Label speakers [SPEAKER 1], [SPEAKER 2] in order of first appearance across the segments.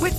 [SPEAKER 1] With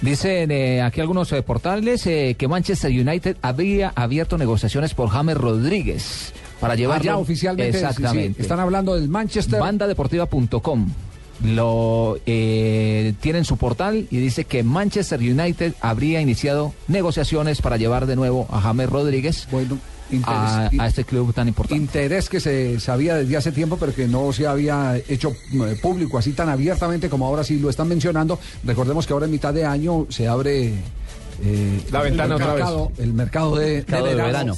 [SPEAKER 2] Dicen eh, aquí algunos eh, portales eh, que Manchester United había abierto negociaciones por James Rodríguez para llevar
[SPEAKER 3] Ah, ya oficialmente, sí, sí,
[SPEAKER 2] Exactamente.
[SPEAKER 3] están hablando del Manchester.
[SPEAKER 2] Bandadeportiva.com lo eh, tiene en su portal y dice que Manchester United habría iniciado negociaciones para llevar de nuevo a James Rodríguez
[SPEAKER 3] Bueno,
[SPEAKER 2] a,
[SPEAKER 3] interés-
[SPEAKER 2] a este club tan importante.
[SPEAKER 3] interés que se sabía desde hace tiempo, pero que no se había hecho eh, público así tan abiertamente como ahora sí lo están mencionando. Recordemos que ahora en mitad de año se abre eh,
[SPEAKER 4] La ventana
[SPEAKER 3] el
[SPEAKER 4] otra vez.
[SPEAKER 3] mercado, el mercado de,
[SPEAKER 2] Mercado de verano.